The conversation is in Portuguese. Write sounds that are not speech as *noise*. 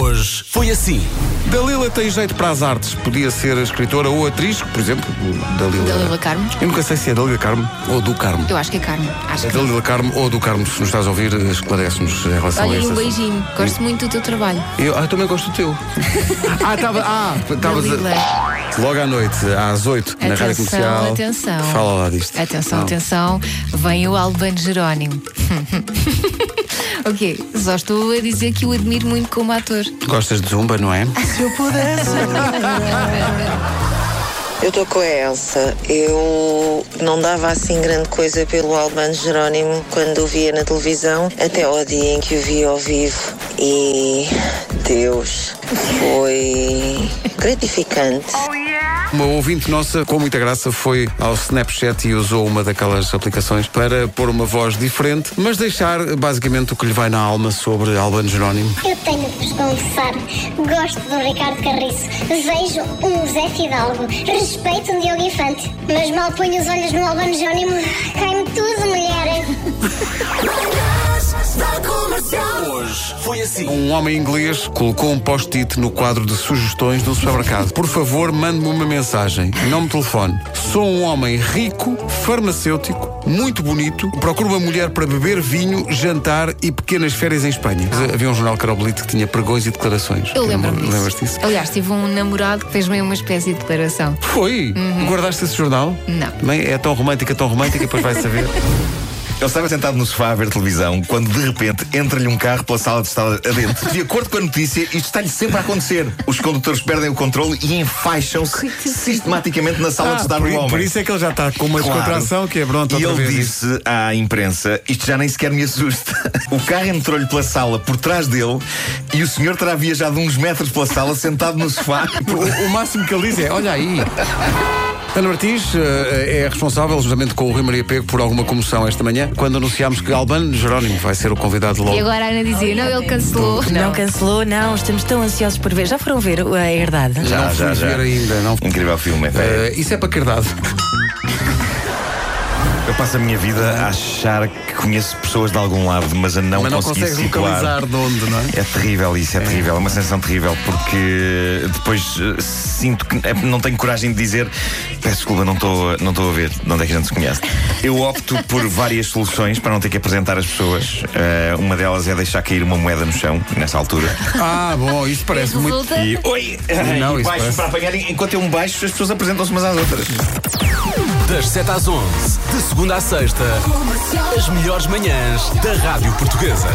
hoje foi assim. Dalila tem jeito para as artes. Podia ser escritora ou atriz, por exemplo, Dalila. Dalila Carmo? Eu nunca sei se é Dalila Carmo ou do Carmo. Eu acho que é Carmo. Acho É que Dalila Carmo ou do Carmo, se nos estás a ouvir, esclarece-nos em relação a Olha, isso. um beijinho. Gosto muito do teu trabalho. Eu, ah, também gosto do *laughs* teu. ah, estava. Ah, estavas. Dalila. a- Logo à noite, às 8, na rádio Atenção, comercial. atenção. Fala lá disto. Atenção, Não. atenção. Vem o Albano Jerónimo. *laughs* ok, só estou a dizer que o admiro muito como ator. Gostas de zumba, não é? Eu estou com a Elsa. Eu não dava assim grande coisa pelo Albano Jerónimo quando o via na televisão, até ao dia em que o vi ao vivo. E Deus, foi gratificante. Uma ouvinte nossa, com muita graça, foi ao Snapchat e usou uma daquelas aplicações para pôr uma voz diferente, mas deixar basicamente o que lhe vai na alma sobre Albano Jerónimo. Eu tenho de vos confessar, gosto do Ricardo Carriço, vejo um Zé Fidalgo, respeito um Diogo Infante, mas mal ponho os olhos no Albano Jerónimo, cai-me tudo, mulher. Hoje foi assim. Um homem inglês colocou um post-it no quadro de sugestões do supermercado. Por favor, mande-me uma mensagem. Não me telefone. Sou um homem rico, farmacêutico, muito bonito. Procuro uma mulher para beber vinho, jantar e pequenas férias em Espanha. Havia um jornal Carolito que tinha pregões e declarações. Eu lembro-me disso. Lembras disso? Aliás, tive um namorado que fez meio uma espécie de declaração. Foi? Uhum. Guardaste esse jornal? Não. Bem, é tão romântica, tão romântica, depois vai saber. Ele *laughs* estava sentado no sofá a ver televisão quando de repente entra-lhe um carro pela sala de estar adentro. De acordo com a notícia, isto está-lhe sempre a acontecer. Os condutores perdem o controle e enfaixam-se sistematicamente na sala de estar do homem. Ah, por, por isso é que ele já está com uma Claro. descontração que é pronto E outra ele vez. disse à imprensa: Isto já nem sequer me assusta. *laughs* O carro entrou-lhe pela sala por trás dele e o senhor terá viajado uns metros pela sala sentado no *laughs* sofá. O, o máximo que ele diz é: olha aí. Ana Martins eh, é responsável, juntamente com o Rui Maria Pego, por alguma comoção esta manhã, quando anunciámos que Albano Jerónimo vai ser o convidado E logo. agora a Ana dizia: não, ele cancelou. Não. cancelou, não. Estamos tão ansiosos por ver. Já foram ver a herdade? Já, não já, fomos já. ver ainda, não. Incrível filme, é. Eh, isso é para cardado. Eu passo a minha vida a achar que conheço pessoas de algum lado, mas a não Mas não conseguir consegues situar. localizar de onde, não é? *laughs* É terrível isso, é, terrível, é uma sensação terrível, porque depois eh, sinto que eh, não tenho coragem de dizer peço desculpa, não estou não estou a ver de onde é que a gente se conhece. Eu opto por várias soluções para não ter que apresentar as pessoas. Eh, uma delas é deixar cair uma moeda no chão, nessa altura. Ah, bom, isso parece muito. Resulta. E oi! Não, e isso baixo parece- para apanhar, enquanto eu me baixo, as pessoas apresentam-se umas às outras. Das 7 às 11, de segunda à sexta, as melhores manhãs da Rádio Portuguesa.